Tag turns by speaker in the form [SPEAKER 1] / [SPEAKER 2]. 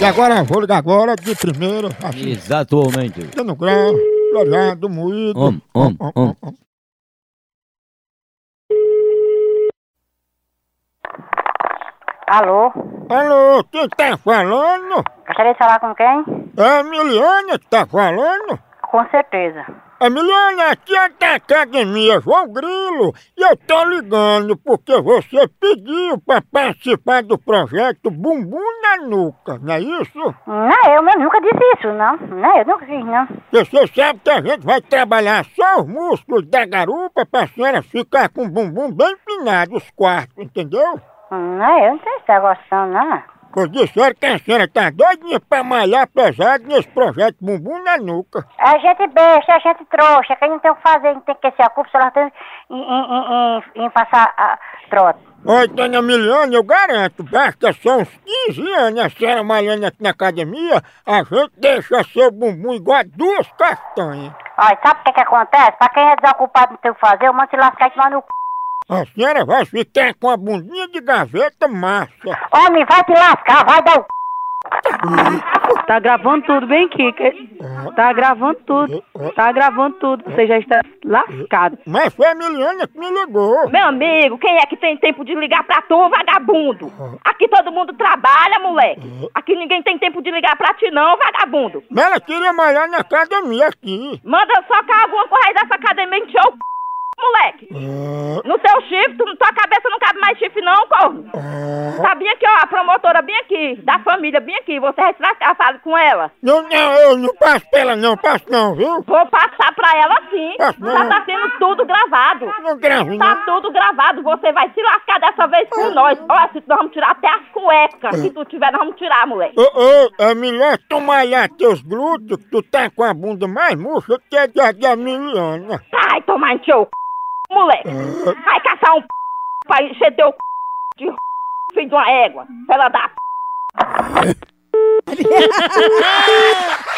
[SPEAKER 1] E agora, vou ligar agora de primeira, assim,
[SPEAKER 2] Exatamente.
[SPEAKER 1] dando grau, lojado, moído.
[SPEAKER 2] Om, om, om.
[SPEAKER 3] Alô?
[SPEAKER 1] Alô, quem tá falando?
[SPEAKER 3] Gostaria de falar com quem?
[SPEAKER 1] É a Miliana que tá falando?
[SPEAKER 3] Com certeza.
[SPEAKER 1] A Miliana, aqui é da Academia João Grilo e eu tô ligando porque você pediu pra participar do projeto Bumbum na Nuca, não é isso?
[SPEAKER 3] Não, eu mesmo nunca disse isso, não. Não, é eu nunca fiz, não.
[SPEAKER 1] Porque Você sabe que a gente vai trabalhar só os músculos da garupa pra senhora ficar com o bumbum bem empinado, os quartos, entendeu?
[SPEAKER 3] Não, eu não sei se tá gostando, não.
[SPEAKER 1] Pois disseram que a senhora tá doidinha pra malhar pesado nesse projeto Bumbum na Nuca.
[SPEAKER 3] A gente é besta, a gente trouxa. Quem não tem o que fazer, não tem que ser a culpa, só nós temos em, em, em, em, em passar a trota.
[SPEAKER 1] Oi, dona Miliane, eu garanto, basta só uns 15 anos a senhora malhando aqui na academia, a gente deixa seu bumbum igual a duas castanhas.
[SPEAKER 3] Olha, sabe o que que acontece? Pra quem é desocupado e não tem o que fazer, eu mando se lascar e tomar no c...
[SPEAKER 1] A senhora vai ficar com a bundinha de gaveta massa.
[SPEAKER 3] Homem, vai te lascar, vai dar o c...
[SPEAKER 4] Tá gravando tudo, bem, Kika? Tá gravando tudo. Tá gravando tudo. Você já está lascado.
[SPEAKER 1] Mas foi a Miliane que me ligou.
[SPEAKER 5] Meu amigo, quem é que tem tempo de ligar pra tu, vagabundo? Aqui todo mundo trabalha, moleque. Aqui ninguém tem tempo de ligar pra ti, não, vagabundo.
[SPEAKER 1] Mas ela queria malhar na academia aqui.
[SPEAKER 5] Manda socar alguma coisa dessa academia em teu c... moleque.
[SPEAKER 1] Ah,
[SPEAKER 5] No teu chifre, tu, tua cabeça não cabe mais chifre, não, corno.
[SPEAKER 1] ah.
[SPEAKER 5] Tá bem aqui, ó, a promotora bem aqui, da família bem aqui. Você vai se lascar, fale com ela.
[SPEAKER 1] Eu não, eu não passo pra ela não, passo não, viu?
[SPEAKER 5] Vou passar pra ela sim.
[SPEAKER 1] Ah,
[SPEAKER 5] Já tá sendo tudo gravado.
[SPEAKER 1] Não grave
[SPEAKER 5] Tá
[SPEAKER 1] não.
[SPEAKER 5] tudo gravado, você vai se lascar dessa vez com nós. Olha, se nós vamos tirar até as cuecas. Se tu tiver, nós vamos tirar, moleque.
[SPEAKER 1] Ô, ô, é melhor tu malhar teus glúteos, que tu tá com a bunda mais murcha que a da, da Miliana.
[SPEAKER 5] Vai tomar no teu c... moleque.
[SPEAKER 1] É.
[SPEAKER 5] Vai caçar um p... pra encher teu c... de r... filho de uma égua. Fela da p...